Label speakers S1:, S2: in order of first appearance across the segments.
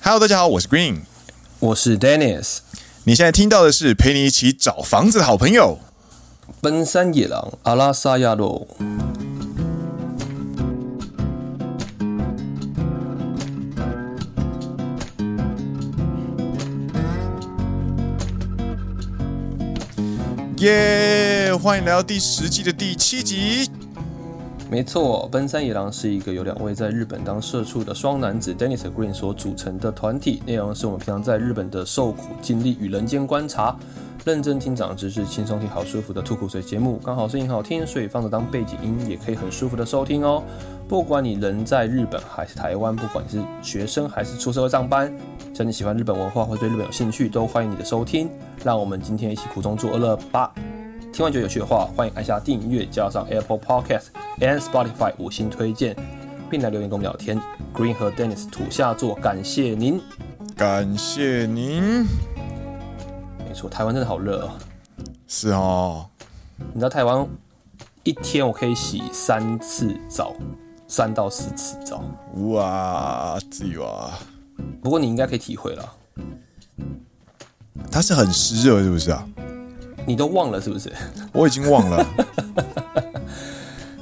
S1: Hello，大家好，我是 Green。
S2: 我是 Dennis，
S1: 你现在听到的是陪你一起找房子的好朋友。
S2: 奔山野狼阿拉萨亚罗。
S1: 耶、欢迎来到第十季的第七集。
S2: 没错，奔山野狼是一个由两位在日本当社畜的双男子 Dennis 和 Green 所组成的团体，内容是我们平常在日本的受苦经历与人间观察，认真听长知识，轻松听好舒服的吐苦水节目，刚好声音好听，所以放着当背景音也可以很舒服的收听哦。不管你人在日本还是台湾，不管你是学生还是出社会上班，只要你喜欢日本文化或对日本有兴趣，都欢迎你的收听。让我们今天一起苦中作乐吧。听完觉得有趣的话，欢迎按下订阅，加上 Apple Podcast and Spotify 五星推荐，并来留言跟我们聊天。Green 和 Dennis 土下座，感谢您。
S1: 感谢您。
S2: 没错，台湾真的好热哦。
S1: 是哦，
S2: 你知道台湾一天我可以洗三次澡，三到四次澡。
S1: 哇，自由啊！
S2: 不过你应该可以体会了，
S1: 它是很湿热，是不是啊？
S2: 你都忘了是不 是？
S1: 我已经忘了。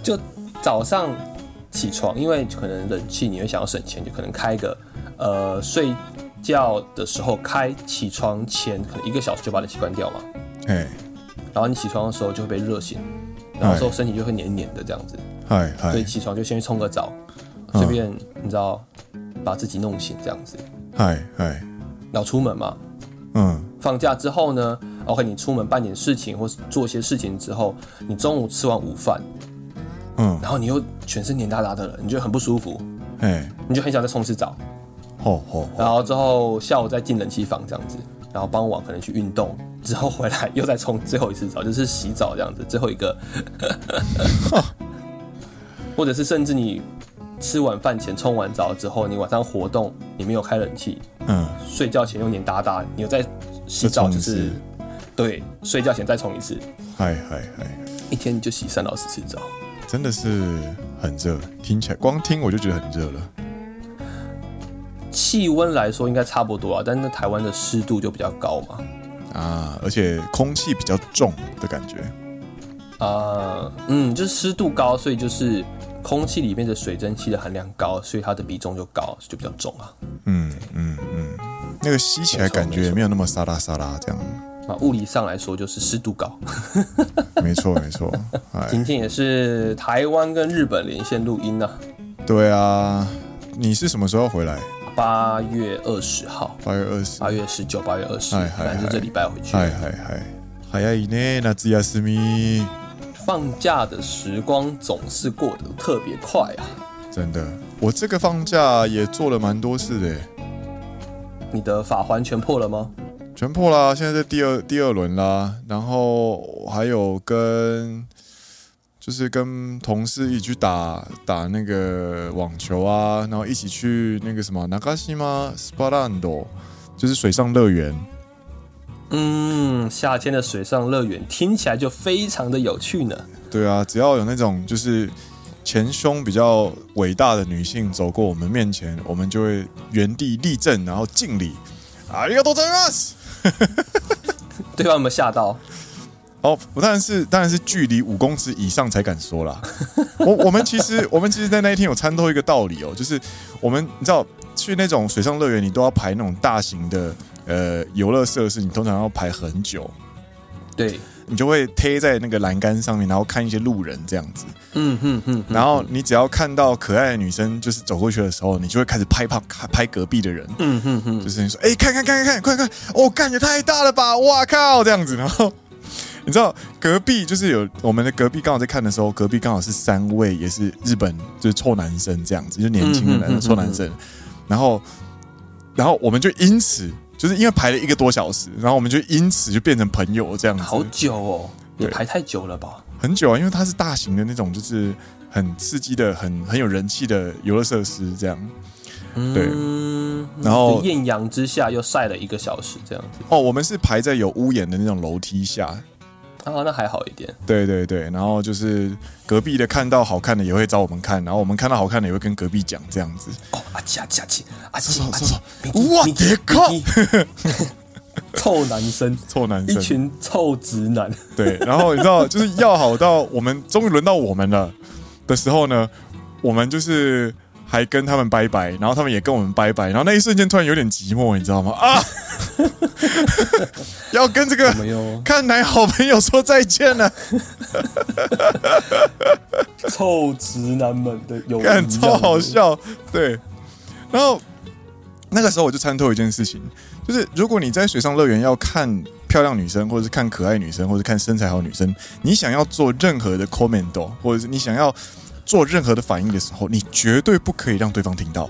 S2: 就早上起床，因为可能冷气你会想要省钱，就可能开个呃睡觉的时候开，起床前可能一个小时就把冷气关掉嘛。
S1: 嘿，
S2: 然后你起床的时候就会被热醒，然
S1: 哎
S2: 后说身体就会黏黏的这样子，
S1: 嗨
S2: 所
S1: 嗨
S2: 以起床就先去冲个澡，随便你知道把自己弄醒这样子，
S1: 嗨嗨，
S2: 然后出门嘛。
S1: 嗯，
S2: 放假之后呢，OK，你出门办点事情或是做些事情之后，你中午吃完午饭，
S1: 嗯
S2: 然后你又全身黏哒哒的了，你就很不舒服，
S1: 嘿，
S2: 你就很想再冲次澡，
S1: 吼吼吼，
S2: 然后之后下午再进冷气房这样子，然后傍晚可能去运动，之后回来又再冲最后一次澡，就是洗澡这样子，最后一个， 或者是甚至你吃晚饭前冲完澡之后，你晚上活动你没有开冷气，
S1: 嗯，
S2: 睡觉前又黏哒哒，你又再
S1: 再
S2: 洗澡
S1: 冲一
S2: 就是
S1: 次
S2: 对，睡觉前再冲一次，
S1: 嗨嗨嗨，
S2: 一天就洗三到四次澡。
S1: 真的是很热，听起来光听我就觉得很热了。
S2: 气温来说应该差不多啊，但是台湾的湿度就比较高嘛，
S1: 啊，而且空气比较重的感觉。
S2: 啊，嗯，就是湿度高，所以就是空气里面的水蒸气的含量高，所以它的比重就高，就比较重啊。
S1: 嗯嗯嗯，那个吸起来感觉也没有那么沙拉沙拉这样。
S2: 啊，物理上来说就是湿度高。
S1: 没错没错，哎，
S2: 今天也是台湾跟日本连线录音呢、
S1: 对啊，你是什么时候回来？
S2: 啊，八月二十号、
S1: 八月二十。
S2: 八月十九、八月二十，
S1: 嗨嗨
S2: 反正就这礼拜回去。
S1: 嗨嗨嗨，还要以内那自亚斯密，
S2: 放假的时光总是过得特别快啊！
S1: 真的，我这个放假也做了蛮多事的欸耶，
S2: 你的法环全破了吗？
S1: 全破啦，现在在第二第二轮啦，然后还有跟。就是跟同事一起去打打那个网球啊，然后一起去那个什么 Nagashima Sparando，就是水上乐园。
S2: 嗯，夏天的水上乐园听起来就非常的有趣呢。
S1: 对啊，只要有那种就是前胸比较伟大的女性走过我们面前，我们就会原地立正，然后敬礼。啊ありがとうございます。
S2: 对方有没有吓到？
S1: 哦，我当然是当然是距离五公尺以上才敢说啦。 我我们其实我们其实，在那一天有参透一个道理哦，就是我们你知道去那种水上乐园，你都要排那种大型的呃游乐设施，你通常要排很久，
S2: 对，
S1: 你就会贴在那个栏杆上面，然后看一些路人这样子。
S2: 嗯哼哼。
S1: 然后你只要看到可爱的女生就是走过去的时候，你就会开始拍拍拍隔壁的人，
S2: 嗯哼哼，
S1: 就是你说，哎、看看看看看，快看，哦，感觉太大了吧，哇靠，这样子，然后。你知道隔壁就是有我们的隔壁，刚好在看的时候，隔壁刚好是三位也是日本就是臭男生这样子，就年轻的男
S2: 嗯嗯
S1: 生、
S2: 嗯嗯
S1: 臭男生，然后然后我们就因此就是因为排了一个多小时，然后我们就因此就变成朋友这样子，
S2: 好久哦，也
S1: 对
S2: 排太久了吧？
S1: 很久啊，因为它是大型的那种，就是很刺激的、很很有人气的游乐设施，这样。对
S2: 嗯，
S1: 然后
S2: 就艳阳之下又晒了一个小时这样子
S1: 哦，我们是排在有屋檐的那种楼梯下，
S2: 啊，那还好一点。
S1: 对对对，然后就是隔壁的看到好看的也会找我们看，然后我们看到好看的也会跟隔壁讲这样子。
S2: 哦，阿七阿七阿七阿
S1: 收
S2: 七
S1: 手
S2: 阿
S1: 收
S2: 七
S1: 手，
S2: 明基
S1: 哇
S2: 明基
S1: 别靠
S2: 明基 臭男生，
S1: 臭男
S2: 一
S1: 生，
S2: 群臭直男，
S1: 对，然后你知道，就是要好到我们终于轮到我们了的时候呢，我们就是还跟他们拜拜，然后他们也跟我们拜拜，然后那一瞬间突然有点寂寞，你知道吗？啊，要跟这个
S2: 我们又
S1: 看来好朋友说再见了，
S2: 臭直男们的 友谊，
S1: 看超好。笑，对。然后那个时候我就参透一件事情，就是如果你在水上乐园要看漂亮女生，或者是看可爱女生，或者是看身材好女生，你想要做任何的 comment，或者是你想要做任何的反应的时候，你绝对不可以让对方听到。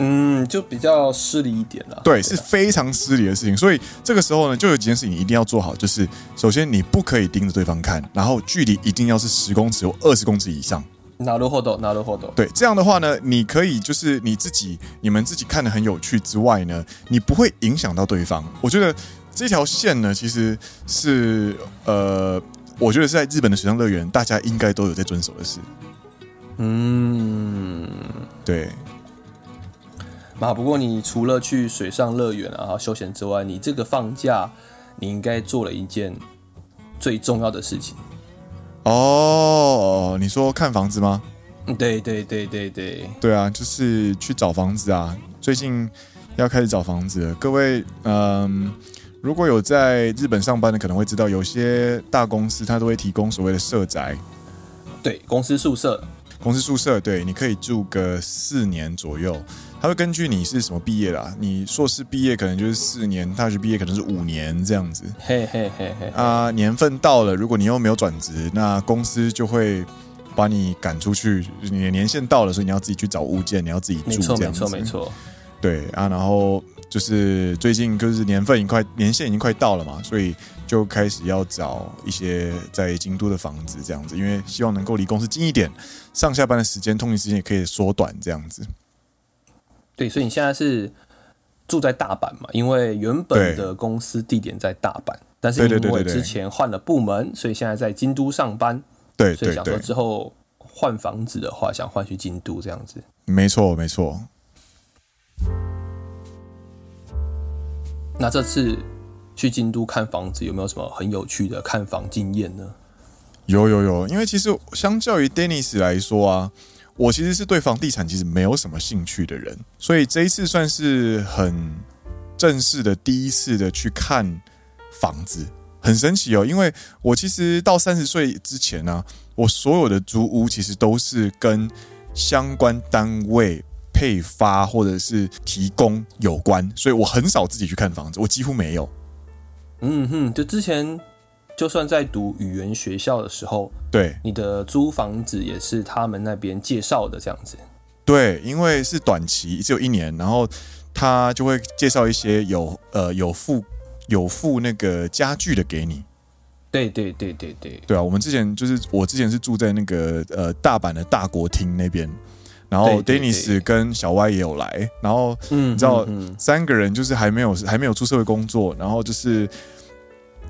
S2: 嗯，就比较失礼一点啦。
S1: 对，是非常失礼的事情。所以这个时候呢，就有几件事情你一定要做好，就是首先你不可以盯着对方看，然后距离一定要是十公尺或二十公尺以上。
S2: 拿了后斗，拿了后斗。
S1: 对，这样的话呢，你可以就是你自己，你们自己看的很有趣之外呢，你不会影响到对方。我觉得这条线呢，其实是呃，我觉得是在日本的水上乐园，大家应该都有在遵守的事。
S2: 嗯，
S1: 对，
S2: 嘛，不过你除了去水上乐园啊休闲之外，你这个放假你应该做了一件最重要的事情。
S1: 哦，你说看房子吗？
S2: 嗯对对对对对，
S1: 对啊，就是去找房子啊，最近要开始找房子了。各位，嗯，如果有在日本上班的，可能会知道，有些大公司它都会提供所谓的社宅。
S2: 对，公司宿舍
S1: 公司宿舍，对，你可以住个四年左右。他会根据你是什么毕业啦，你硕士毕业可能就是四年，大学毕业可能是五年这样子
S2: 嘿嘿嘿嘿，
S1: 啊。年份到了，如果你又没有转职，那公司就会把你赶出去。你的年限到了，所以你要自己去找物件，你要自己
S2: 没
S1: 住
S2: 错
S1: 这
S2: 没
S1: 样子。
S2: 错没错，
S1: 对啊，然后就是最近就是年份已经快年限已经快到了嘛，所以就开始要找一些在京都的房子这样子，因为希望能够离公司近一点，上下班的时间、通勤时间也可以缩短这样子。
S2: 对，所以你现在是住在大阪嘛？因为原本的公司地点在大阪，但是
S1: 对对对
S2: 因为
S1: 对对
S2: 之前换了部门，所以现在在京都上班，
S1: 对
S2: 所以
S1: 对
S2: 想说
S1: 对，
S2: 之后换房子的话，想换去京都这样子。
S1: 没错没错。
S2: 那这次去京都看房子，有没有什么很有趣的看房经验呢？
S1: 有有有，因为其实相较于 Dennis 来说啊，我其实是对房地产其实没有什么兴趣的人，所以这一次算是很正式的第一次的去看房子，很神奇哦。因为我其实到三十岁之前呢、啊，我所有的租屋其实都是跟相关单位。配发或者是提供有关，所以我很少自己去看房子，我几乎没有。
S2: 嗯哼，就之前就算在读语言学校的时候，
S1: 对，
S2: 你的租房子也是他们那边介绍的这样子。
S1: 对，因为是短期，只有一年，然后他就会介绍一些有呃有附有附那个家具的给你。
S2: 对对对对对，
S1: 对啊，我们之前就是我之前是住在那个呃大阪的大国厅那边，然后
S2: 对对
S1: Dennis 跟小歪也有来，然后
S2: 嗯，
S1: 你知道
S2: 嗯嗯
S1: 三个人就是还没有还没有出社会工作，然后就是。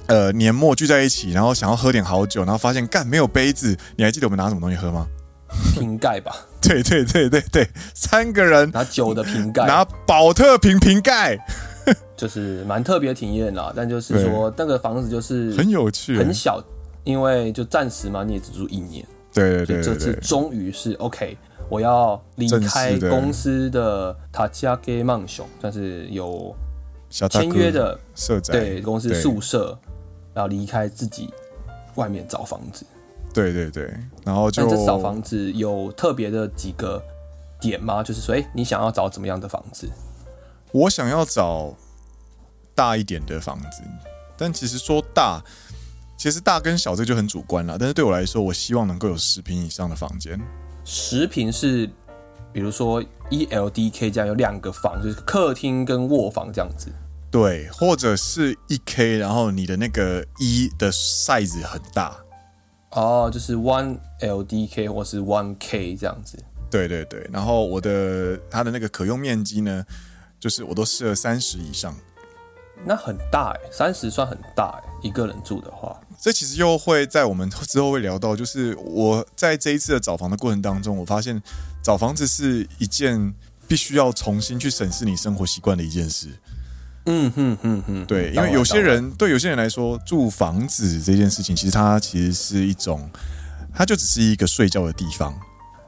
S1: 呃，年末聚在一起，然后想要喝点好酒，然后发现干没有杯子。你还记得我们拿什么东西喝吗？
S2: 瓶盖吧，
S1: 对对对对对，三个人
S2: 拿酒的瓶盖，
S1: 拿宝特瓶瓶盖，
S2: 就是蛮特别的体验啦。但就是说，那个房子就是
S1: 很有趣，
S2: 很小，因为就暂时嘛，你也只住一年，
S1: 对对
S2: 所以
S1: 对
S2: 这
S1: 对
S2: 次
S1: 对，
S2: 终于是 OK。我要离
S1: 正
S2: 开
S1: 式的
S2: 公司的塔加给曼雄，算是有
S1: 小啊大
S2: 签
S1: 哥
S2: 约的
S1: 社宅，
S2: 对公司
S1: 对
S2: 宿舍，然后离开自己外面找房子。
S1: 对对对，然后就
S2: 但这次找房子有特别的几个点吗？就是说，哎、你想要找怎么样的房子？
S1: 我想要找大一点的房子，但其实说大，其实大跟小这个就很主观了。但是对我来说，我希望能够有十平以上的房间，
S2: 十平是，比如说 E L D K 这样有两个房，就是客厅跟卧房这样子。
S1: 对，或者是一 k，然后你的那个一的 size 很大，
S2: 哦，就是 one L D K 或是 one K 这样子。
S1: 对对对，然后我的它的那个可用面积呢，就是我都设了三十以上。
S2: 那很大哎、三十算很大哎、一个人住的话，
S1: 这其实又会在我们 之后会聊到，就是我在这一次的找房的过程当中，我发现找房子是一件必须要重新去审视你生活习惯的一件事。
S2: 嗯哼哼哼，
S1: 对，因
S2: 当
S1: 为
S2: 然
S1: 有些
S2: 当然
S1: 人对有些人来说，住房子这件事情，其实它其实是一种，它就只是一个睡觉的地方。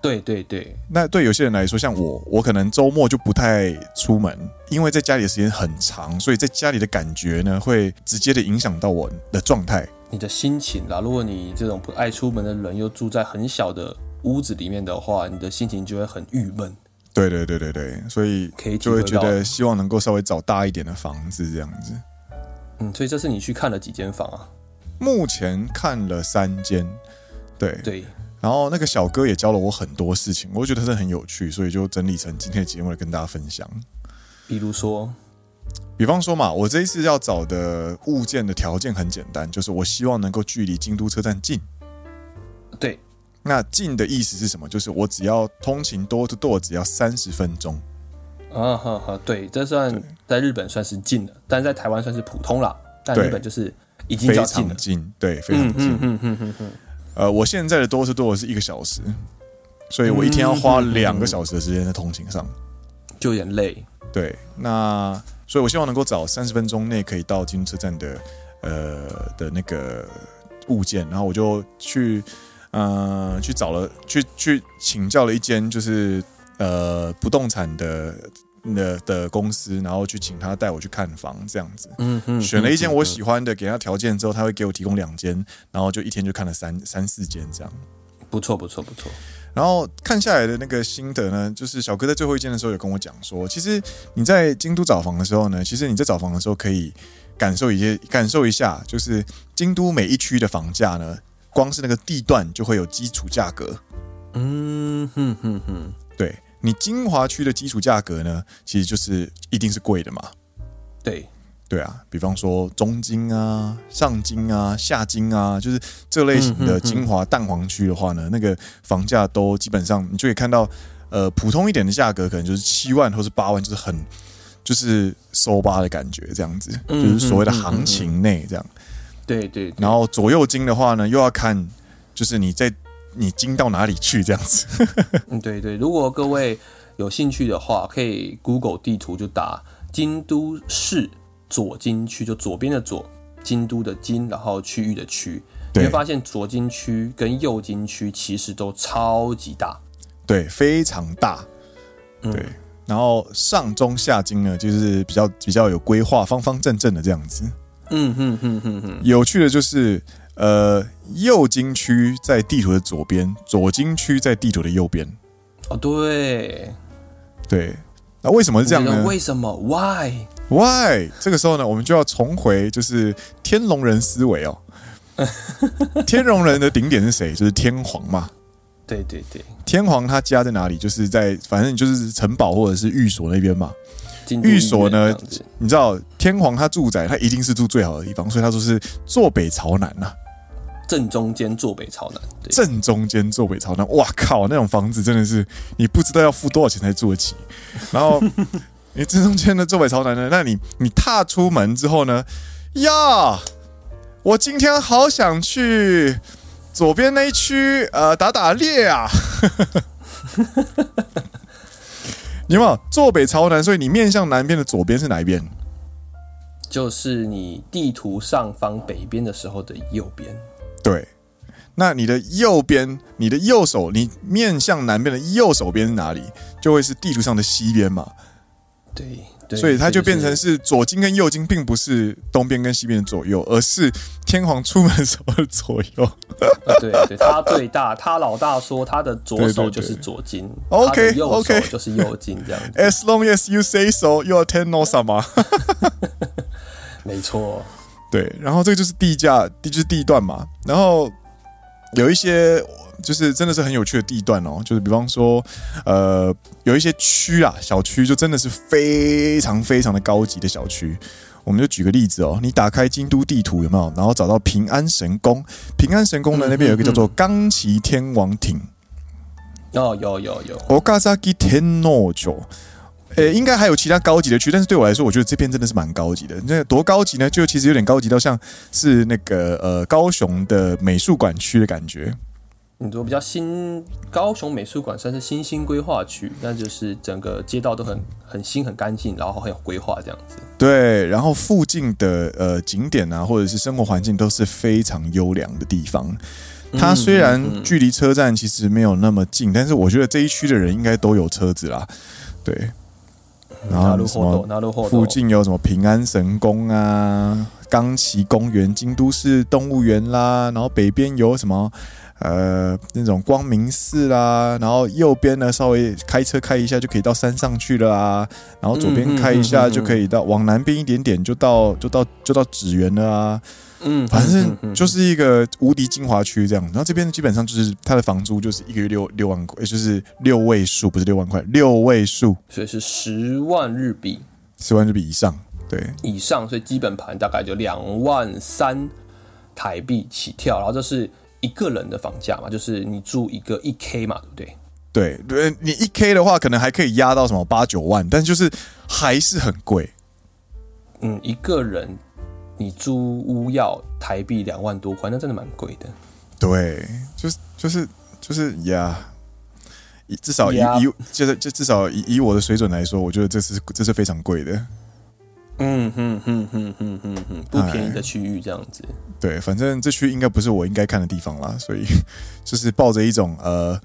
S2: 对对对，
S1: 那对有些人来说，像我，我可能周末就不太出门，因为在家里的时间很长，所以在家里的感觉呢，会直接的影响到我的状态。
S2: 你的心情啦。如果你这种不爱出门的人，又住在很小的屋子里面的话，你的心情就会很郁闷。
S1: 对对对对对，所以
S2: 可以体
S1: 就会
S2: 会
S1: 觉
S2: 到
S1: 得希望能够稍微找大一点的房子这样子。
S2: 嗯，所以这次你去看了几间房啊？
S1: 目前看了三间，对，
S2: 对，
S1: 然后那个小哥也教了我很多事情，我觉得真的很有趣，所以就整理成今天的节目来跟大家分享。
S2: 比如说，
S1: 比方说嘛，我这一次要找的物件的条件很简单，就是我希望能够距离京都车站近。
S2: 对，
S1: 那近的意思是什么？就是我只要通勤 door to door 只要三十分钟。
S2: 啊哈哈，对，这算在日本算是近了，但在台湾算是普通啦。但
S1: 对
S2: 日本就是已经
S1: 非
S2: 叫近了
S1: 常。近，对，非
S2: 嗯
S1: 常近
S2: 嗯。嗯嗯嗯嗯，
S1: 呃，我现在的 door to door 是一个小时，所以我一天要花两个小时的时间在通勤上。
S2: 就有点累。
S1: 对，那所以我希望能够找三十分钟内可以到京都车站的呃的那个物件，然后我就去呃去找了去去请教了一间就是呃不动产的的的公司，然后去请他带我去看房这样子。
S2: 嗯嗯，
S1: 选了一间
S2: 嗯
S1: 我喜欢的，给他条件之后，他会给我提供两间，然后就一天就看了三三四间这样。
S2: 嗯不错不错不错。
S1: 然后看下来的那个心得呢，就是小哥在最后一间的时候有跟我讲说，其实你在京都找房的时候呢，其实你在找房的时候可以感受一些感受一下，就是京都每一区的房价呢，光是那个地段就会有基础价格。
S2: 嗯哼哼哼，
S1: 对你金华区的基础价格呢，其实就是一定是贵的嘛。
S2: 对，
S1: 对啊，比方说中金啊、上金啊、下金啊，就是这类型
S2: 嗯
S1: 的金华、蛋黄区的话呢，那个房价都基本上你就可以看到，呃，普通一点的价格可能就是七万或是八万，就是很就是收八的感觉，这样子，就
S2: 嗯
S1: 是所谓的
S2: 嗯嗯嗯嗯
S1: 行情内这样。
S2: 对对对
S1: 然后左右金的话呢，又要看就是你在你金到哪里去这样子。
S2: 嗯对对。如果各位有兴趣的话，可以 Google 地图就打京都市左京区，就左边的左，京都的京，然后区域的区，你
S1: 对
S2: 会发现左京区跟右京区其实都超级大。
S1: 对，非常大。
S2: 嗯
S1: 对，然后上中下金呢，就是比较比较有规划、方方正正的这样子。
S2: 嗯哼哼哼哼，
S1: 有趣的就是，呃，右京区在地图的左边，左京区在地图的右边。
S2: 哦对，
S1: 对，那为什么是这样
S2: 你觉
S1: 呢
S2: 得为什么？Why？
S1: ？Why？这个时候呢，我们就要重回就是天龙人思维哦。天龙人的顶点是谁？就是天皇嘛。
S2: 对对对，
S1: 天皇他家在哪里？就是在反正就是城堡或者是寓所那边嘛。
S2: 京都
S1: 寓所
S2: 医院
S1: 呢
S2: 这样子，
S1: 你知道天皇他住宅，他一定是住最好的地方，所以他说是坐北朝南
S2: 哎
S1: 呐、
S2: 正中间坐北朝南，对，
S1: 正中间坐北朝南，哇靠，那种房子真的是你不知道要付多少钱才住得 起。然后你正中间的坐北朝南呢，那你你踏出门之后呢，呀，我今天好想去左边那一区呃打打猎 啊。 你有没有坐北朝南？所以你面向南边的左边是哪一边？
S2: 就是你地图上方北边的时候的右边。
S1: 对，那你的右边，你的右手，你面向南边的右手边是哪里？就会是地图上的西边嘛，
S2: 对，对
S1: 所以它就变成
S2: 是
S1: 是左经跟右经，并不是东边跟西边的左右，而是天皇出门的时候的左右。
S2: 呃对对，他最大，他老大说他的左手就是左金，
S1: 对
S2: 他的
S1: OK，
S2: 右手
S1: OK 哎
S2: 就是右金，这样子，
S1: As long as you say so, you are ten no sama。
S2: 没错。
S1: 对，然后这个就是地价，地就是地段嘛。然后有一些就是真的是很有趣的地段哦，就是比方说，呃，有一些区啊，小区就真的是非常非常的高级的小区。我们就举个例子哦，你打开京都地图有没有？然后找到平安神宫，平安神宫呢那边有一个叫做冈崎天王町
S2: 哦，有有有，
S1: （Okazaki Tenno j o 呃、应该还有其他高级的区，但是对我来说，我觉得这边真的是蛮高级的。那多高级呢？就其实有点高级到像是那个呃高雄的美术馆区的感觉。
S2: 你说比较新，高雄美术馆算是新兴规划区，那就是整个街道都很很新、很干净，然后很有规划这样子。
S1: 对，然后附近的呃景点啊，或者是生活环境都是非常优良的地方。
S2: 嗯
S1: 它虽然距离车站其实没有那么近，但是我觉得这一区的人应该都有车子啦。对，然
S2: 纳
S1: 后
S2: 入
S1: 什
S2: 活
S1: 么
S2: 动，纳入活动
S1: 附近有什么平安神宫啊、冈崎公园、京都市动物园啦，然后北边有什么呃那种光明寺啦，然后右边呢稍微开车开一下就可以到山上去了啊，然后左边开一
S2: 嗯嗯
S1: 下
S2: 嗯嗯
S1: 就可以到往南边一点点就到就到就到纸园了啊，
S2: 嗯，
S1: 反
S2: 嗯嗯
S1: 正
S2: 嗯
S1: 就是一个无敌精华区这样。然后这边基本上就是它的房租就是一个月六六万块，就是六位数，不是六万块，六位数
S2: 所以是十万日币
S1: 十万日币以上，对。
S2: 以上，所以基本盘大概就两万三台币起跳，然后这是一个人的房价嘛，就是你住一个一 K 嘛，对不对？
S1: 对，呃你一 K 的话，可能还可以压到什么八九万，但就是还是很贵。
S2: 嗯，一个人你租屋要台币两万多块，那真的蛮贵的。
S1: 对，就是就是就是呀以至少以
S2: Yeah
S1: 以就是就至少以以我的水准来说，我觉得这是这是非常贵的。
S2: 嗯哼哼哼哼哼哼，不便宜的区域这样子。
S1: 对，反正这区应该不是我应该看的地方啦，所以就是抱着一种呃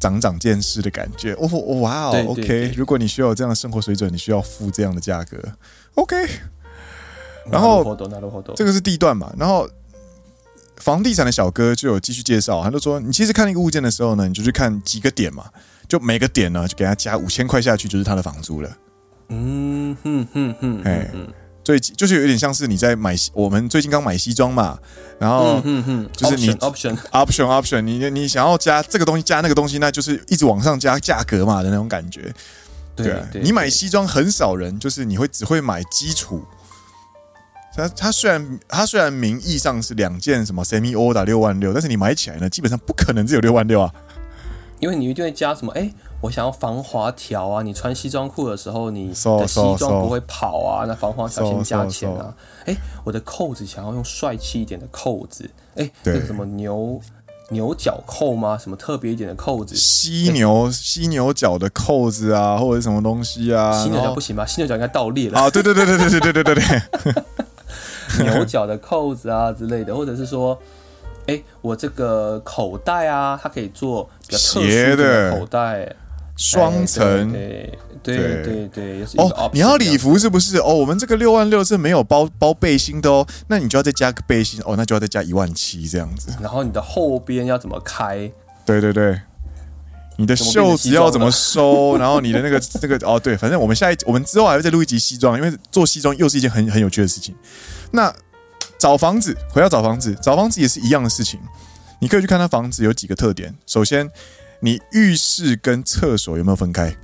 S1: 长长见识的感觉。哦哦哇哦
S2: 对对
S1: o k
S2: 对
S1: 如果你需要有这样的生活水准，你需要付这样的价格，OK。然
S2: な
S1: 后
S2: るほどなるほど
S1: 这个是地段嘛，然后房地产的小哥就有继续介绍，他就说，你其实看一个物件的时候呢，你就去看几个点嘛，就每个点呢就给他加五千块下去，就是他的房租了。
S2: 嗯哼哼哼，
S1: 哎，最就是有点像是你在买西，我们最近刚买西装嘛，然后
S2: 嗯哼，
S1: 就是你
S2: option
S1: option
S2: option，
S1: option，你你想要加这个东西加那个东西，那就是一直往上加价格嘛的那种感觉。
S2: 对
S1: 啊，
S2: 对，
S1: 你买西装很少人，就是你会只会买基础。它它虽然它虽然名义上是两件什么 semi order 六万六，但是你买起来呢，基本上不可能只有六万六啊。
S2: 因为你一定会加什么？哎、我想要防滑条啊！你穿西装裤的时候，你
S1: 嗖
S2: 的西
S1: 嗖
S2: 装
S1: 嗖
S2: 不会跑啊，那防滑条
S1: 嗖
S2: 先加
S1: 嗖
S2: 钱啊！哎、我的扣子想要用帅气一点的扣子，哎、
S1: 对
S2: 那个什么牛牛角扣吗？什么特别一点的扣子？
S1: 犀 牛犀牛角的扣子啊，或者什么东西啊，
S2: 犀牛
S1: 然
S2: 角
S1: 后
S2: 不行吧？犀牛角应该倒立了，
S1: 啊，对对对对对对对对对 对，
S2: 牛角的扣子啊之类的，或者是说，哎、我这个口袋啊，它可以做比较特
S1: 斜
S2: 殊
S1: 的
S2: 的口袋，
S1: 双层。
S2: 哎对
S1: 对
S2: 对对对，也是一个
S1: 哦，你要
S2: option 这
S1: 礼
S2: 样
S1: 服是不是？哦，我们这个六万六是没有包包背心的哦，那你就要再加个背心哦，那就要再加一万七这样子。
S2: 然后你的后边要怎么开？
S1: 对对对，你的袖子要怎么收， 然后你的那个那个哦，对，反正我们下一集我们之后还会再录一集西装，因为做西装又是一件很很有趣的事情。那找房子，回到找房子，找房子也是一样的事情。你可以去看他房子有几个特点。首先，你浴室跟厕所有没有分开？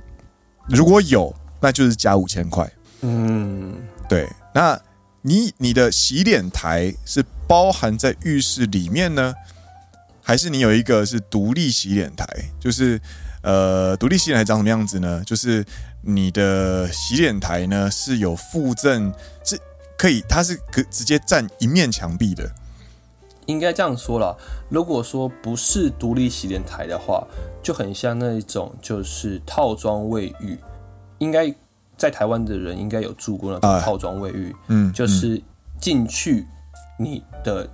S1: 如果有，那就是加五千块。
S2: 嗯，
S1: 对，那你你的洗脸台是包含在浴室里面呢，还是你有一个是独立洗脸台？就是呃，独立洗脸台长什么样子呢？就是你的洗脸台呢是有附赠，是可以，它是可直接占一面墙壁的。
S2: 应该这样说啦。如果说不是独立洗脸台的话，就很像那一种就是套装卫浴。应该在台湾的人应该有住过那
S1: 哎
S2: 种套装卫浴，
S1: 嗯，
S2: 就是进去你的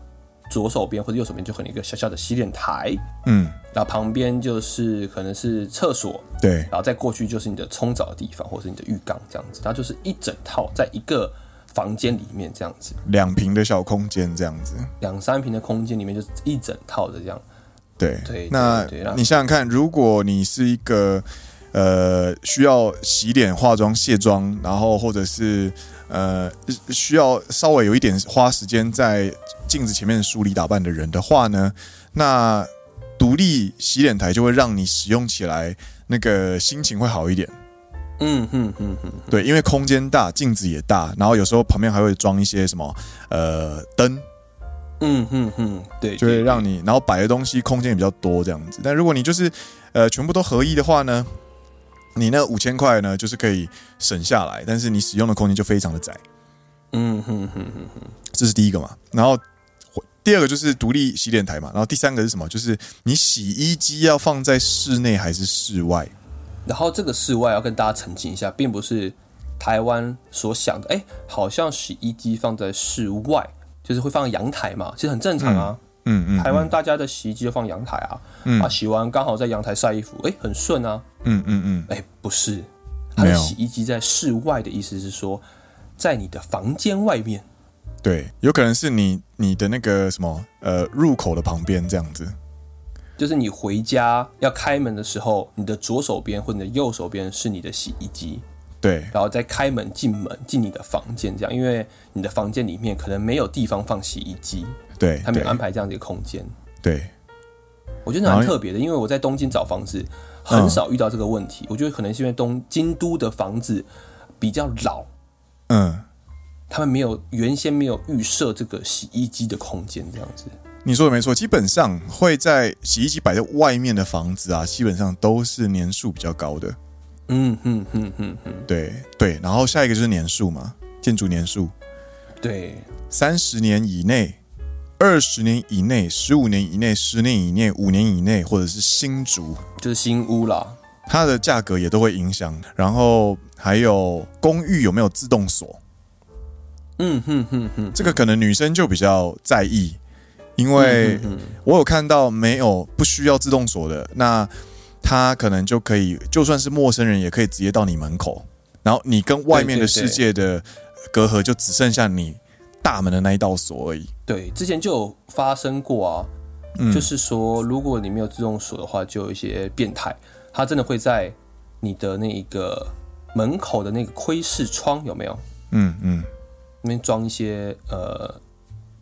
S2: 左手边或者右手边就可能有一个小小的洗脸台，
S1: 嗯，嗯
S2: 然后旁边就是可能是厕所，
S1: 对，
S2: 然后再过去就是你的冲澡的地方，或是你的浴缸这样子，它就是一整套在一个房间里面这样子，
S1: 两平的小空间这样子。
S2: 两三平的空间里面就是一整套的这样。
S1: 对，
S2: 对
S1: 那
S2: 对对啊那
S1: 你想想看，如果你是一个呃需要洗脸、化妆、卸妆，然后或者是呃需要稍微有一点花时间在镜子前面梳理打扮的人的话呢，那独立洗脸台就会让你使用起来那个心情会好一点。
S2: 嗯哼哼哼，
S1: 对，因为空间大，镜子也大，然后有时候旁边还会装一些什么呃灯，
S2: 嗯哼哼，对，
S1: 就
S2: 对
S1: 会让你，然后摆的东西空间也比较多这样子。但如果你就是呃全部都合一的话呢，你那五千块呢，就是可以省下来，但是你使用的空间就非常的窄。
S2: 嗯哼哼，
S1: 这是第一个嘛。然后第二个就是独立洗脸台嘛。然后第三个是什么？就是你洗衣机要放在室内还是室外？
S2: 然后这个室外要跟大家澄清一下，并不是台湾所想的，哎，好像洗衣机放在室外，就是会放阳台嘛，其实很正常啊。
S1: 嗯嗯，
S2: 台湾大家的洗衣机就放阳台啊，啊，洗完刚好在阳台晒衣服，哎、很顺啊。
S1: 嗯嗯嗯，
S2: 哎，不是，它的
S1: 没有
S2: 洗衣机在室外的意思是说，在你的房间外面。
S1: 对，有可能是你你的那个什么呃入口的旁边这样子。
S2: 就是你回家要开门的时候，你的左手边或者你的右手边是你的洗衣机，
S1: 对
S2: 然后再开门进门进你的房间，这样，因为你的房间里面可能没有地方放洗衣机，
S1: 对
S2: 他没有
S1: 对
S2: 安排这样的一个空间。
S1: 对，
S2: 我觉得蛮特别的，因为我在东京找房子很少遇到这个问题。我觉得可能是因为东京都的房子比较老，
S1: 嗯，
S2: 他们没有原先没有预设这个洗衣机的空间，这样子。
S1: 你说的没错，基本上会在洗衣机摆在外面的房子啊，基本上都是年数比较高的。
S2: 嗯嗯嗯嗯嗯，
S1: 对对，然后下一个就是年数嘛，建筑年数，
S2: 对，
S1: 三十年以内、二十年以内、十五年以内、十年以内、五年以内，或者是新竹，
S2: 就是新屋啦。
S1: 它的价格也都会影响。然后还有公寓有没有自动锁，
S2: 嗯哼哼哼，
S1: 这个可能女生就比较在意，因
S2: 嗯
S1: 为我有看到没有不需要自动锁的，那他可能就可以，就算是陌生人也可以直接到你门口，然后你跟外面的
S2: 对对对
S1: 世界的隔阂就只剩下你大门的那一道锁而已。
S2: 对，之前就有发生过啊，
S1: 嗯
S2: 就是说，如果你没有自动锁的话，就有一些变态，他真的会在你的那一个门口的那个窥视窗有没有
S1: 嗯嗯，
S2: 那边装一些呃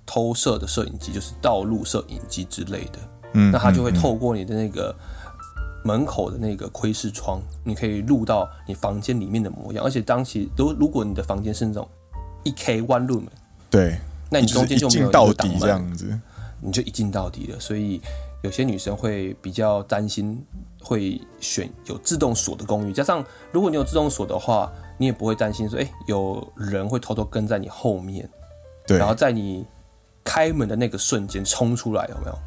S2: 偷摄的摄影机，就是道路摄影机之类的，
S1: 嗯
S2: 那他就会透过你的那个。门口的那个窥视窗，你可以录到你房间里面的模样，而且当其如如果你的房间是那种一 k one room，
S1: 对，
S2: 那你
S1: 就
S2: 中
S1: 是嗯
S2: 间
S1: 一
S2: 就没有
S1: 进
S2: 一个
S1: 到
S2: 挡
S1: 底
S2: 门
S1: 这样子。
S2: 你就一镜到底了。所以有些女生会比较担心，会选有自动锁的公寓。加上如果你有自动锁的话，你也不会担心说，哎、有人会偷偷跟在你后面，
S1: 对
S2: 然，后在你开门的那个瞬间冲出来，有没有？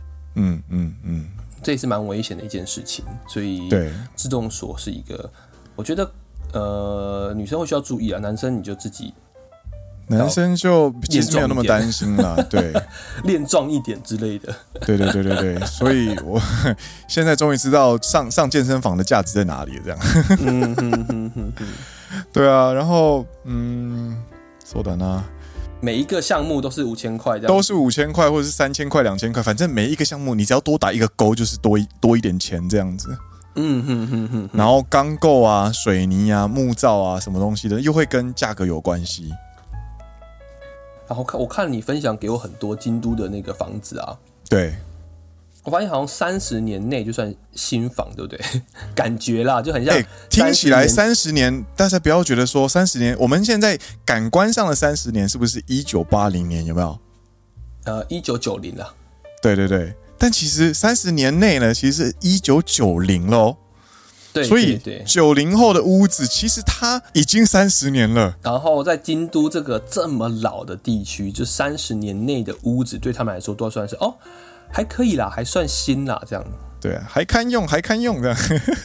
S1: 嗯嗯嗯，
S2: 这也是蛮危险的一件事情。所以
S1: 对，
S2: 自动锁是一个，我觉得呃女生会需要注意啊，男生你就自己
S1: 男生就其实没有那么担心 啦。对，
S2: 练壮一点之类的。
S1: 对对对对对，所以我 现在终于知道上上健身房的价值在哪里了。这样，
S2: 嗯哼哼哼哼。
S1: 对啊，然后嗯，そうだな，
S2: 每一个项目都是五千块，这样
S1: 都是五千块或者是三千块、两千块，反正每一个项目你只要多打一个勾，就是多一多一点钱这样子。
S2: 嗯哼哼哼，
S1: 然后钢构啊、水泥啊、木造啊什么东西的，又会跟价格有关系。
S2: 然后看我看你分享给我很多京都的那个房子啊，
S1: 对，
S2: 我发现好像三十年内就算新房，对不 对？感觉啦，就很像
S1: 哎、听起来
S2: 30年
S1: 三十年，大家不要觉得说三十年，我们现在感官上的三十年是不是一九八零年？有没有？
S2: 呃一九九零啦，
S1: 对对对，但其实三十年内呢，其实是一九九零喽，
S2: 对，
S1: 所以
S2: 对对。
S1: 九零后的屋子其实它已经三十年了。
S2: 然后在京都这个这么老的地区，就三十年内的屋子，对他们来说都算是哦，还可以啦，还算新啦， 这样。
S1: 对啊，还堪用，还堪用的。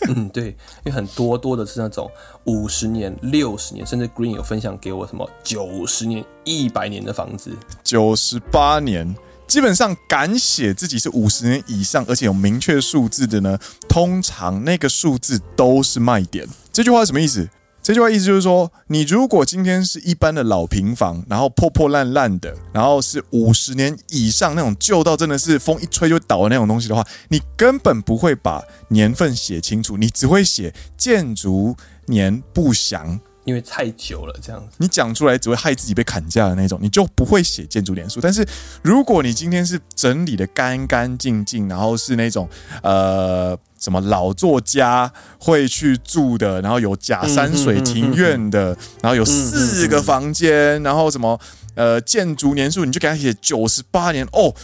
S2: 嗯，对，因为很多多的是那种五十年、六十年，甚至 Green 有分享给我什么九十年、一百年的房子，
S1: 九十八年，基本上敢写自己是五十年以上，而且有明确数字的呢，通常那个数字都是卖点。这句话是什么意思？这句话意思就是说，你如果今天是一般的老平房，然后破破烂烂的，然后是五十年以上那种旧到真的是风一吹就倒的那种东西的话，你根本不会把年份写清楚，你只会写建筑年不详，
S2: 因为太久了，这样子。
S1: 你讲出来只会害自己被砍价的那种，你就不会写建筑脸书。但是如果你今天是整理的干干净净，然后是那种呃什么老作家会去住的，然后有假山水庭院的，然后有四个房间，然后什么呃建筑年数，你就给他写九十八年哦。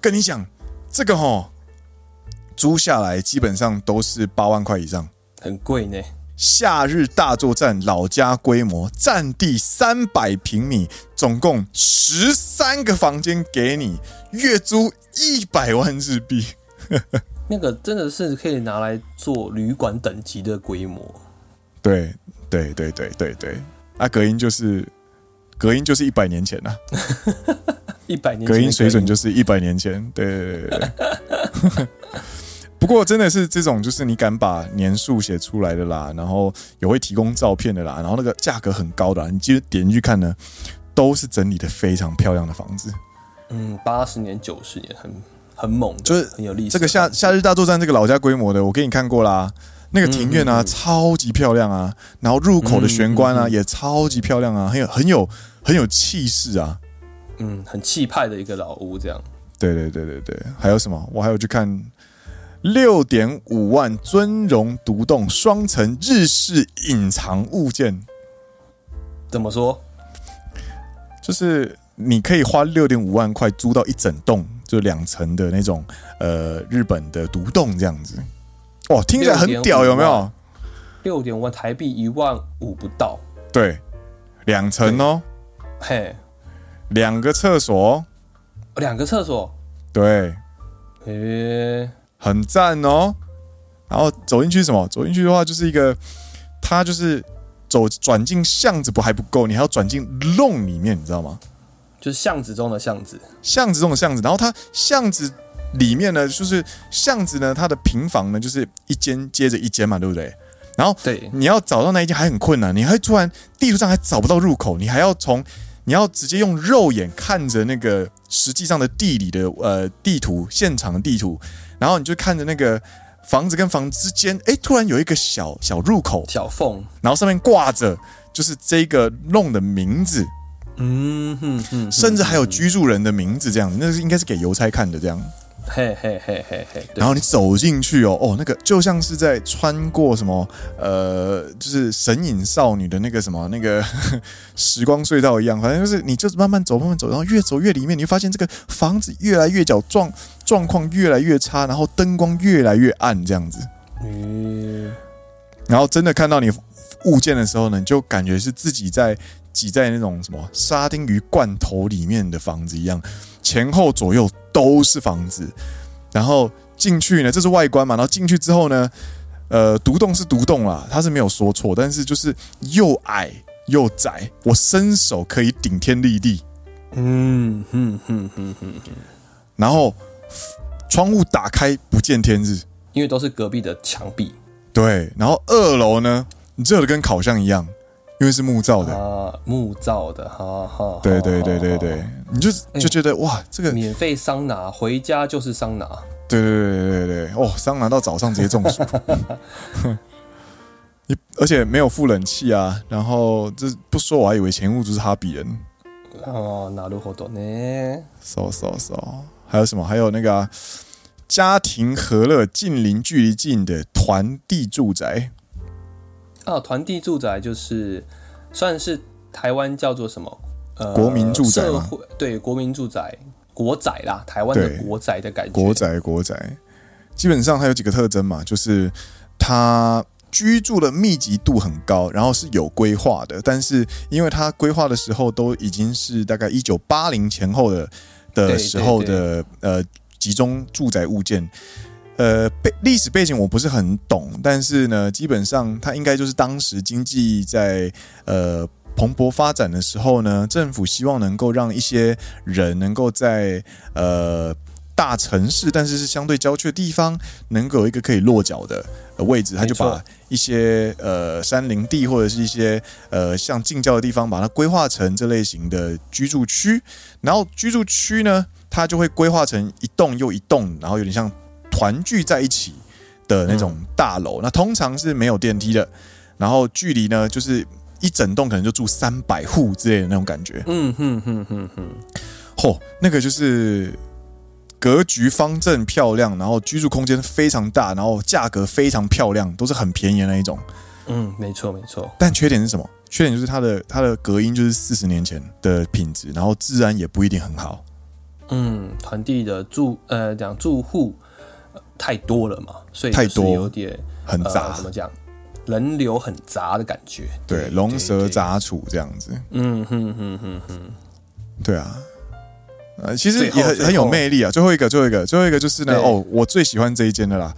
S1: 跟你讲，这个吼租下来基本上都是八万块以上。
S2: 很贵呢。
S1: 夏日大作战老家规模，占地三百平米，总共十三个房间给你，月租一百万日币。
S2: 那个真的是可以拿来做旅馆等级的规模。
S1: 对对对对对对，啊，隔音就是隔音就是一百年前呐、啊
S2: 一百年前的
S1: 隔音水准就是一百年前。对对对对对。 不过真的是这种，就是你敢把年数写出来的啦，然后有会提供照片的啦，然后那个价格很高的啦，你记得点进去看呢，都是整理的非常漂亮的房子。
S2: 嗯，八十年、九十年很很猛的，
S1: 就是
S2: 很有历史。
S1: 这个夏夏日大作战这个老家规模的，我给你看过啦。那个庭
S2: 嗯
S1: 院啊，超级漂亮啊，然后入口的玄关啊，也超级漂亮啊，很有很有很有气势啊。
S2: 嗯很气派的一个老屋，这样
S1: 对对对对对，还有什么？我还有去看六点五万尊荣独栋双层日式隐藏物件，
S2: 怎么说？
S1: 就是你可以花六点五万块租到一整栋，就两层的那种呃日本的独栋这样子。哇，听起来很屌，有没
S2: 6.5
S1: 有
S2: 万？六点五万台币，一万五不到，
S1: 对，两层哦，
S2: 嘿，
S1: 两个厕所哦，
S2: 两个厕所，
S1: 对，
S2: 诶、
S1: 很赞哦。然后走进去什么？走进去的话就是一个，它就是走转进巷子不还不够，你还要转进弄里面，你知道吗？
S2: 就是巷子中的巷子，
S1: 巷子中的巷子，然后它巷子里面呢，就是巷子呢，它的平房呢就是一间接着一间嘛，对不对？然后
S2: 对，
S1: 你要找到那一间还很困难，你还突然地图上还找不到入口，你还要从你要直接用肉眼看着那个实际上的地理的呃地图，现场的地图，然后你就看着那个房子跟房子之间，哎，突然有一个小小入口，
S2: 小缝，
S1: 然后上面挂着就是这个弄的名字，
S2: 嗯哼哼，
S1: 甚至还有居住人的名字这样子，那是应该是给邮差看的这样。
S2: 嘿嘿嘿嘿嘿，对
S1: 然后你走进去哦，哦，那个就像是在穿过什么，呃，就是神隐少女的那个什么那个 时光隧道一样，反正就是你就是慢慢走，慢慢走，然后越走越里面，你会发现这个房子越来越角状状况越来越差，然后灯光越来越暗这样子。
S2: 嗯，
S1: 然后真的看到你物件的时候呢，你就感觉是自己在挤在那种什么沙丁鱼罐头里面的房子一样，前后左右都是房子。然后进去呢，这是外观嘛，然后进去之后呢，呃，独栋是独栋啦，它是没有说错，但是就是又矮又窄，我伸手可以顶天立地。
S2: 嗯哼哼哼哼，
S1: 然后窗户打开不见天日，
S2: 因为都是隔壁的墙壁
S1: 对。然后二楼呢，热的跟烤箱一样，因为是木造的。
S2: 啊，木造的，哈哈，
S1: 对对对对
S2: 哦
S1: 对，你就就觉得哇，这 个对
S2: 免费桑拿，回家就是桑拿，
S1: 对对对对对，哦，桑拿到早上直接中暑， 你而且没有付冷气啊，然后这不说我还以为前屋主是哈比人，
S2: 哦，なるほどね。
S1: 骚骚骚，还有什么？还有那个啊、家庭和乐近邻距离近的团地住宅，
S2: 啊，团地住宅就是算是台湾叫做什么？呃，
S1: 国民住宅
S2: 社
S1: 吗
S2: 会对国民住宅国宅啦，台湾的
S1: 对
S2: 国宅的感觉。
S1: 国宅国宅，基本上它有几个特征嘛，就是它居住的密集度很高，然后是有规划的，但是因为它规划的时候都已经是大概一九八零前后的的
S2: 对
S1: 时候的呃集中住宅物件。呃，背历史背景我不是很懂，但是呢，基本上它应该就是当时经济在呃蓬勃发展的时候呢，政府希望能够让一些人能够在呃大城市，但是是相对郊区的地方，能够有一个可以落脚的呃位置，他就
S2: 没
S1: 把
S2: 错
S1: 一些呃山林地或者是一些呃像近郊的地方，把它规划成呃这类型的居住区。然后居住区呢，它就会规划成一栋又一栋，然后有点像团聚在一起的那
S2: 嗯
S1: 种大楼。那通常是没有电梯的，然后距离呢就是。一整栋可能就住三百户之类的那种感觉，
S2: 嗯哼哼哼哼，
S1: 嚯、哦那个就是格局方正漂亮，然后居住空间非常大，然后价格非常漂亮，都是很便宜的那一种。
S2: 嗯，没错没错。
S1: 但缺点是什么？缺点就是它的它的隔音就是四十年前的品质，然后治安也不一定很好。
S2: 嗯，团地的住呃讲住户、呃太多了嘛，所以
S1: 太
S2: 就是
S1: 多
S2: 有点
S1: 很
S2: 呃
S1: 杂
S2: 怎么讲？人流很杂的感觉。
S1: 对，龙蛇杂处这样子。
S2: 嗯哼哼哼哼，
S1: 对啊，呃，其实
S2: 最
S1: 也
S2: 后
S1: 很
S2: 最
S1: 很有
S2: 后
S1: 魅力啊。最后一个，最后一个，最后一个就是呢，
S2: 对
S1: 哦，我最喜欢这一间的啦。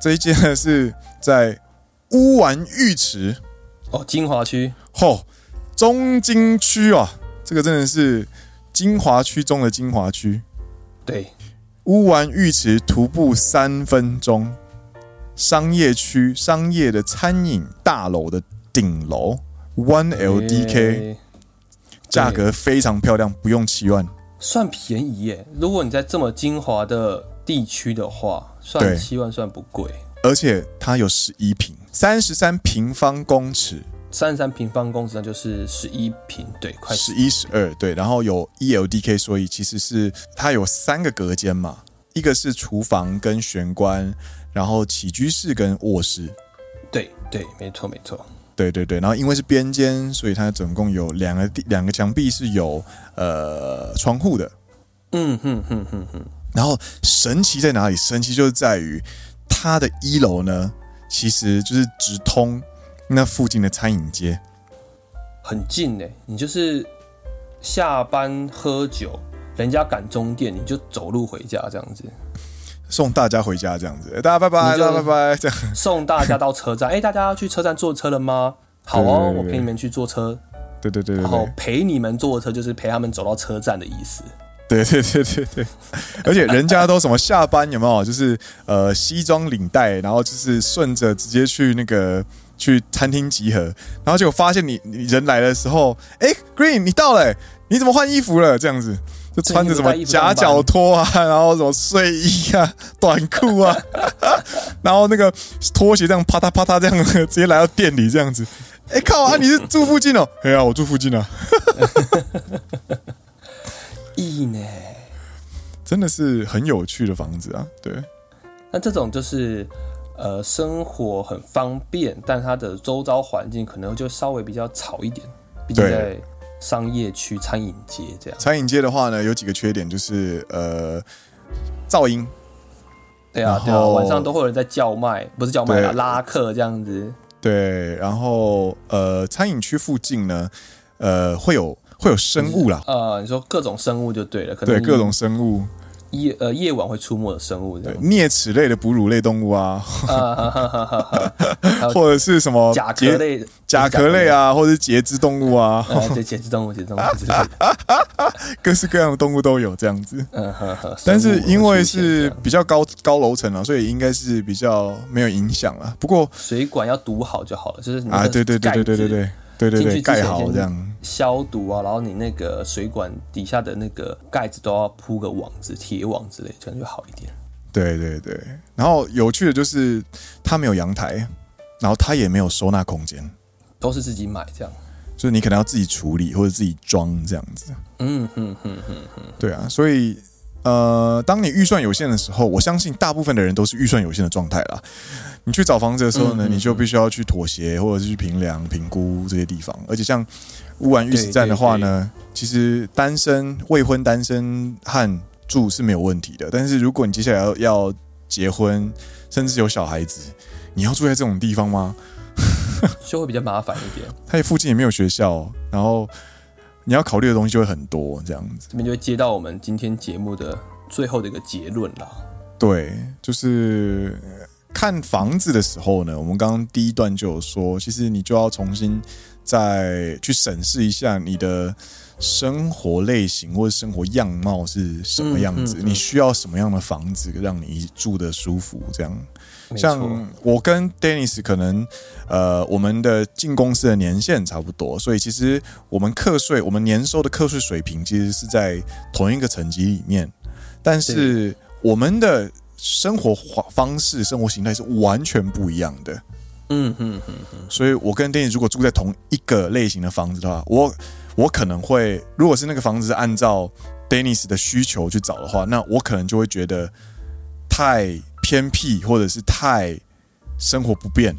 S1: 这一间呢是在乌丸浴池
S2: 哦，金华区
S1: 吼、中金区啊，这个真的是精华区中的精华区。
S2: 对，
S1: 乌丸浴池徒步三分钟，商业区商业的餐饮大楼的顶楼，One LDK，
S2: 诶
S1: 价格非常漂亮，不用七万。
S2: 算便宜耶。如果你在这么精华的地区的话，算
S1: 对
S2: 七万算不贵，
S1: 而且它有十一平，三十三平方公尺，
S2: 三十三平方公尺那就是十一平，对，快
S1: 十一十二对，然后有 E ELDK，所以其实是它有三个隔间嘛，一个是厨房跟玄关，然后起居室跟卧室，
S2: 对对，没错没错，
S1: 对对对，然后因为是边间，所以它总共有两个地两个墙壁是有呃窗户的，
S2: 嗯哼哼哼哼，
S1: 然后神奇在哪里？神奇就是在于它的一楼呢，其实就是直通那附近的餐饮街。
S2: 很近呢。你就是下班喝酒，人家赶终点，你就走路回家这样子，
S1: 送大家回家这样子，欸大家拜拜，
S2: 你就
S1: 大家拜拜，这样
S2: 送大家到车 站。哎、大家要去车站坐车了吗？好哦，
S1: 对对对对
S2: 我陪你们去坐车，
S1: 对对对对
S2: 然后
S1: 对
S2: 陪你们坐车就是陪他们走到车站的意思。
S1: 对对对对对，而且人家都什么下班有没有？就是呃西装领带，然后就是顺着直接去那个去餐厅集合，然后结果发现你你人来的时候，哎、g r e e n 你到了、欸你怎么换衣服了？这样子就穿着什么
S2: 对你怎么
S1: 夹
S2: 带衣服上班
S1: 脚拖啊，然后什么睡衣啊、短裤啊， 然后那个拖鞋这样啪嗒啪嗒这样直接来到店里这样子。哎、靠啊！你是住附近哦？ 哎呀、我住附近啊，
S2: 意呢？
S1: 真的是很有趣的房子啊。对，
S2: 那这种就是呃，生活很方便，但它的周遭环境可能就稍微比较吵一点，毕竟
S1: 对
S2: 在商业区、餐饮街这样。
S1: 餐饮界的话呢，有几个缺点就是呃噪音，
S2: 对啊
S1: 然，
S2: 对啊，
S1: 后
S2: 晚上都会有人在叫卖，不是叫卖啦，
S1: 对
S2: 拉客这样子。
S1: 对，然后呃餐饮区附近呢，呃会有会有生物啦，
S2: 呃，你说各种生物就对了，可能
S1: 对各种生物，
S2: 夜呃夜晚会出没的生物这
S1: 对
S2: 样。
S1: 啮齿类的哺乳类动物啊，
S2: 嗯啊哈哈哈哈哈还有
S1: 或者是什么
S2: 甲壳
S1: 节
S2: 类、
S1: 哦甲壳类啊，或者是节肢动物啊，
S2: 呃，对，节肢 动物、节肢动物之类的。
S1: 各式各样的动物都有这样子。
S2: 嗯呵呵。
S1: 但
S2: 生物
S1: 是
S2: 会
S1: 因为
S2: 出现这
S1: 是
S2: 样
S1: 比较高高楼层啊，所以应该是比较没有影响啦。不过
S2: 水管要堵好就好了，就是你那
S1: 啊，
S2: 个
S1: 对对对对对对
S2: 盖子
S1: 对对对
S2: 进
S1: 对，
S2: 去之前
S1: 盖好
S2: 先
S1: 这样。
S2: 消毒啊，然后你那个水管底下的那个盖子都要铺个网子、铁网之类，这样就好一点。
S1: 对对对，然后有趣的就是它没有阳台，然后它也没有收纳空间，
S2: 都是自己买这样。
S1: 就是你可能要自己处理或者自己装这样子。
S2: 嗯哼哼，
S1: 对啊，所以呃，当你预算有限的时候，我相信大部分的人都是预算有限的状态啦。你去找房子的时候
S2: 嗯
S1: 呢，你就必须要去妥协或者是去评量、评估这些地方。而且像乌丸玉石站的话呢，其实单身、未婚单身和住是没有问题的，但是如果你接下来要要结婚，甚至有小孩子，你要住在这种地方吗？
S2: 就会比较麻烦一点。
S1: 它附近也没有学校，然后你要考虑的东西就会很多，这样子。
S2: 这边就会接到我们今天节目的最后的一个结论啦。
S1: 对，就是呃看房子的时候呢，我们刚刚第一段就有说，其实你就要重新再去审视一下你的生活类型或者生活样貌是什么样子，
S2: 嗯嗯嗯
S1: 你需要什么样的房子让你住的舒服，这样。
S2: 没错，
S1: 像我跟 Dennis 可能，呃，我们的进公司的年限差不多，所以其实我们课税，我们年收的课税水平其实是在同一个层级里面，但是我们的生活方式、生活形态是完全不一样的。
S2: 嗯哼哼，
S1: 所以我跟 Dennis 如果住在同一个类型的房子的话，我我可能会，如果是那个房子是按照 Dennis 的需求去找的话，那我可能就会觉得太偏僻，或者是太生活不便，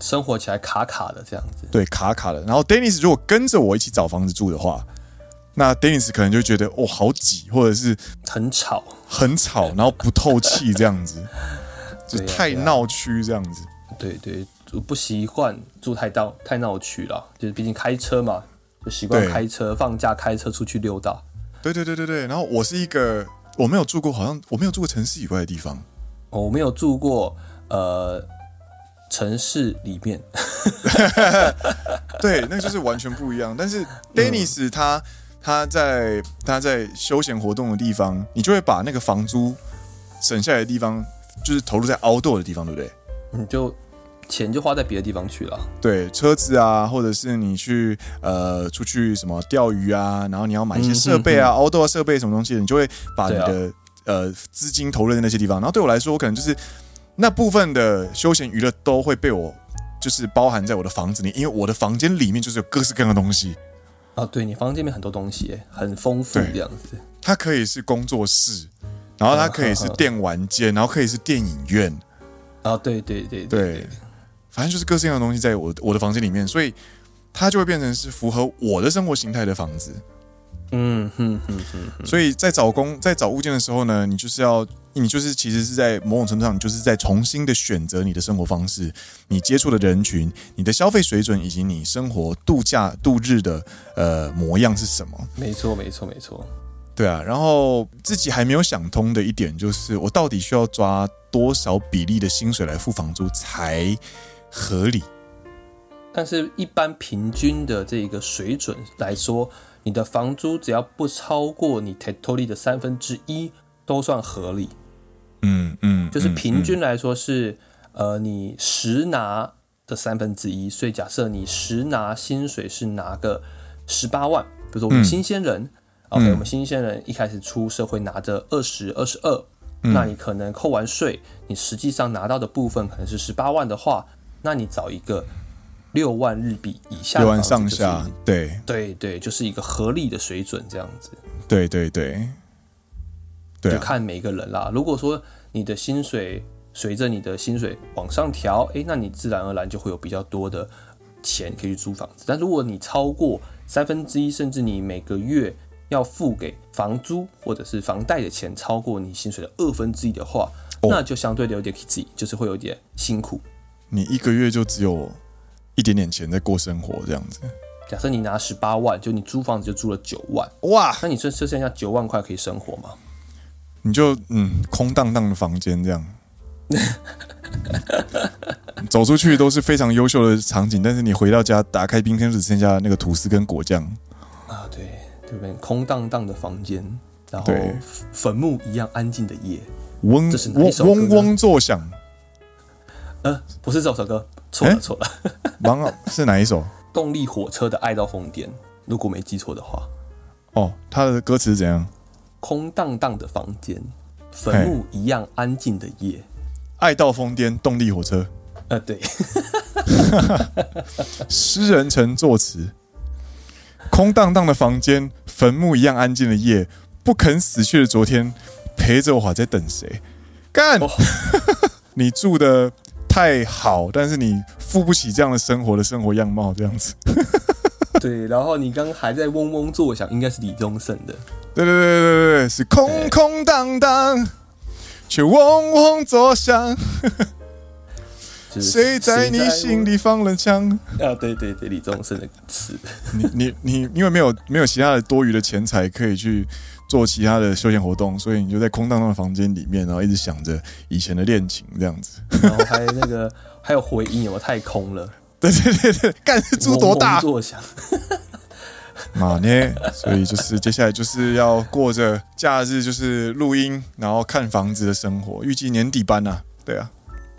S2: 生活起来卡卡的这样子。
S1: 对，卡卡的。然后 Dennis 如果跟着我一起找房子住的话，那 Dennis 可能就觉得哦好挤，或者是
S2: 很吵，
S1: 很 吵，然后不透气这样子，就
S2: 对啊
S1: 太
S2: 对啊
S1: 闹区这样子。
S2: 对对，不习惯住太大太闹区了，就是毕竟开车嘛，就习惯
S1: 对
S2: 开车，放假开车出去溜达。
S1: 对对对对对。然后我是一个我没有住过，好像我没有住过城市以外的地方。
S2: 哦我没有住过呃城市里面，
S1: 对，那就是完全不一样。但是 Dennis 他他在他在休闲活动的地方，你就会把那个房租省下来的地方，就是投入在 outdoor 的地方，对不对？
S2: 你就钱就花在别的地方去了。
S1: 对，车子啊，或者是你去呃出去什么钓鱼啊，然后你要买一些设备啊、o u t d o o r 设备什么东西的，你就会把你的、呃资金投入在那些地方。然后对我来说，我可能就是那部分的休闲娱乐都会被我就是包含在我的房子里，因为我的房间里面就是有各式各样的东西。
S2: 啊，对你房间里面很多东西耶，很丰富
S1: 对
S2: 这样子。
S1: 它可以是工作室，然后它可以是电玩间，然后可以是电影院，
S2: 啊，对对对
S1: 对，反正就是各式各样的东西在我我的房间里面，所以它就会变成是符合我的生活形态的房子。
S2: 嗯哼哼哼，
S1: 所以在找工在找物件的时候呢，你就是要你就是其实是在某种程度上，你就是在重新的选择你的生活方式、你接触的人群、你的消费水准以及你生活度假度日的呃模样是什么。
S2: 没错没错没错。
S1: 对啊，然后自己还没有想通的一点就是，我到底需要抓多少比例的薪水来付房租才合理？
S2: 但是，一般平均的这个水准来说，你的房租只要不超过你 t e t o l i 的三分之一，都算合理。
S1: 嗯嗯，
S2: 就是
S1: 嗯
S2: 平均来说是，呃，你实拿的三分之一。所以假设你实拿薪水是拿个十八万，比如说
S1: 嗯
S2: 我们新鲜人、o k 我们新鲜人一开始出社会拿着二十二十二，
S1: 嗯
S2: 那你可能扣完税，你实际上拿到的部分可能是十八万的话，那你找一个六万日币以下的
S1: 六万上
S2: 房子就是
S1: 下，对
S2: 对对，就是一个合理的水准这样子。
S1: 对对对，对
S2: 就
S1: 啊，
S2: 看每个人啦。如果说你的薪水随着你的薪水往上调，诶，那你自然而然就会有比较多的钱可以去租房子。但如果你超过三分之一，甚至你每个月要付给房租或者是房贷的钱超过你薪水的二分之一的话，
S1: 哦
S2: 那就相对的有点 k i 就是会有点辛苦。
S1: 你一个月就只有一点点钱在过生活这样子，
S2: 假设你拿十八万，就你租房子就租了九万，
S1: 哇，
S2: 那你剩就剩下九万块可以生活吗？
S1: 你就嗯空荡荡的房间这 样。走出去都是非常优秀的场景，但是你回到家打开冰箱只剩下那个吐司跟果酱，
S2: 啊，对，对不对？空荡荡的房间，然后
S1: 对
S2: 坟墓一样安静的夜。
S1: 嗡
S2: 这是哪一
S1: 嗡
S2: 首歌呢
S1: 嗡嗡作响，
S2: 呃，不是这首歌，错了
S1: 诶
S2: 错了，
S1: 忙啊是哪一 首？
S2: 动力火车的《爱到疯癫》，如果没记错的话，
S1: 哦，它的歌词是怎样？
S2: 空荡荡的房间，坟墓一样安静的夜。
S1: 爱到疯癫，动力火车，
S2: 呃，对，
S1: 诗人曾作词。空荡荡的房间，坟墓一样安静的夜，不肯死去的昨天，陪着我还在等谁？干！
S2: 哦
S1: 你住的太好，但是你付不起这样的生活的生活样貌，这样子。
S2: 对，然后你刚刚还在嗡嗡作响，应该是李宗盛的。
S1: 对对对对对对，是空空荡荡，却嗡嗡作响。
S2: 就是
S1: 谁在你心
S2: 里？
S1: 里放了枪？
S2: 啊，对对对，李宗盛的词。
S1: 你你你，因为没有没有其他的多余的钱财可以去做其他的休闲活动，所以你就在空荡荡的房间里面，然后一直想着以前的恋情这样子。
S2: 然后还有那个还有回音，有没有太空了？
S1: 对对对对，干是猪多
S2: 嗡嗡
S1: 大
S2: 作响。
S1: 嘛呢？所以就是接下来就是要过着假日就是录音，然后看房子的生活，预计年底搬啊。对啊，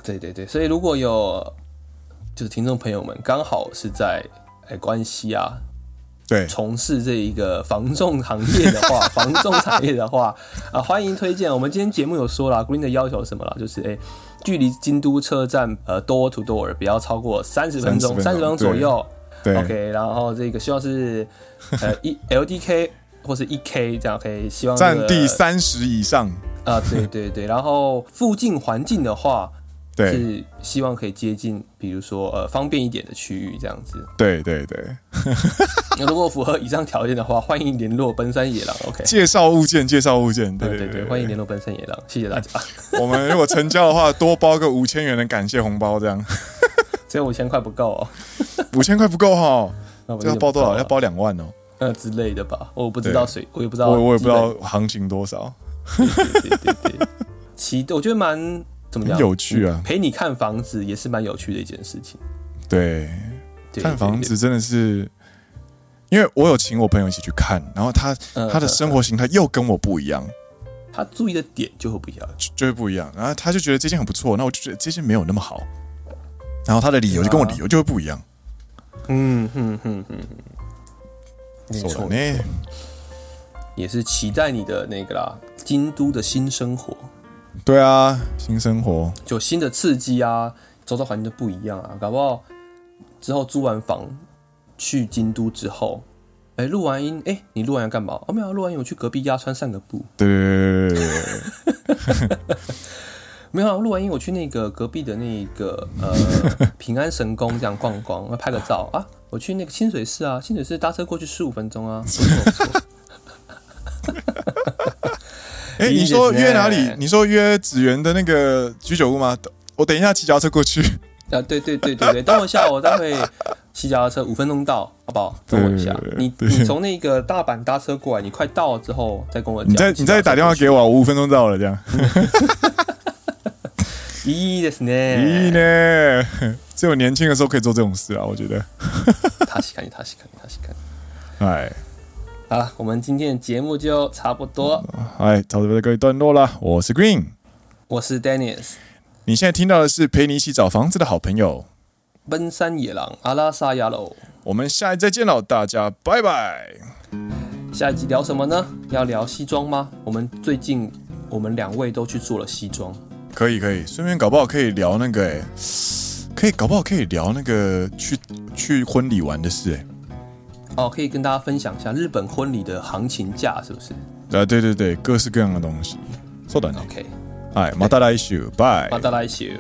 S2: 对对对，所以如果有就是听众朋友们刚好是在哎关西啊，
S1: 对
S2: 从事这一个房仲行业的话，房仲产业的话啊，欢迎推荐。我们今天节目有说了，Green 的要求是什么了？就是哎，距离京都车站呃 door to door 不要超过三十分
S1: 30
S2: 钟，
S1: 分钟
S2: 三十分钟左右。
S1: 对
S2: OK，然后这个希望是呃一 LDK 或是一 K 这样可以，希望这
S1: 占
S2: 个
S1: 地三十以上。
S2: 啊，对对对，然后附近环境的话。
S1: 对
S2: 是希望可以接近，比如说呃方便一点的区域这样子。
S1: 对对对，
S2: 那如果符合以上条件的话，欢迎联络奔山野狼。OK，
S1: 介绍物件，介绍物件。对
S2: 对
S1: 对
S2: 对
S1: 对
S2: 对，，欢迎联络奔 山野狼，谢谢大家。
S1: 我们如果成交的话，多包个五千元的感谢红包，这样
S2: 只有五千块不够哦，
S1: 五千块不够哈，
S2: 那我
S1: 这要
S2: 就
S1: 包多
S2: 不
S1: 少？
S2: 啊报
S1: 要
S2: 了
S1: 包两万哦。
S2: 呃之类的吧，我不知
S1: 对
S2: 道谁，我也不知道，
S1: 我我也不知道行情多少，
S2: 对对对， 其我觉得蛮怎么
S1: 很
S2: 讲，
S1: 有趣啊。
S2: 陪你看房子也是蛮有趣的一件事情。
S1: 对，
S2: 对
S1: 看房，子真的是，因为我有请我朋友一起去看，然后他
S2: 对对嗯
S1: 他的生活形态又跟我不一样，
S2: 嗯他注意的点就会不一样。
S1: 就就是不一样。然后他就觉得这件很不错，那我就觉得这件没有那么好。然后他的理由就跟
S2: 啊
S1: 我理由就会不一样，
S2: 嗯哼哼哼，没
S1: 走了
S2: 错，
S1: 呢。
S2: 也是期待你的那个啦，京都的新生活，
S1: 对啊，新生活
S2: 就新的刺激啊，周遭环境都不一样啊，搞不好之后租完房去京都之后。哎，录完音，哎，你录完要干嘛？哦，没有啊，录完音我去隔壁鸭川散个步。
S1: 对对对对对对
S2: 没有啊，录完音我去那个隔壁的那个呃 平安神宫这样逛逛，拍个照啊。我去那个清水寺啊，清水寺搭车过去十五分钟啊。不错不错
S1: 对。哎，
S2: 理解
S1: 你说约哪里
S2: 呢？
S1: 你说约紫园的那个居酒屋吗？我等一下骑脚踏车过去。
S2: 啊，对对对对对，等我一下，我待会骑脚踏车五分钟到，好不好？等我一下
S1: 对，
S2: 你
S1: 对
S2: 你从那个大阪搭车过来，你快到了之后再跟我讲。
S1: 你再你再打电话给我，我五分钟到了这样。
S2: 咦です
S1: 咦
S2: ね。
S1: 呢？ 只有年轻的时候可以做这种事啊，我觉得。
S2: 他西看你，他西看你，他西看。
S1: 哎，
S2: 好了，我们今天的节目就差不多。
S1: 哎，差不多告一段落啦。我是 Green，
S2: 我是 Dennis，
S1: 你现在听到的是陪你一起找房子的好朋友。
S2: 奔山野狼阿拉萨亚喽。
S1: 我们下一再见喽，大家拜拜。
S2: 下一集聊什么呢？要聊西装吗？我们最近我们两位都去做了西装，
S1: 可以可以，顺便搞不好可以聊那个哎、可以搞不好可以聊那个去去婚礼玩的事哎、
S2: 哦，可以跟大家分享一下日本婚礼的行情价是不是
S1: 啊对对对，各式各样的东西。稍等，啊
S2: ？OK，
S1: 哎，马达来修，拜
S2: ま。た来週。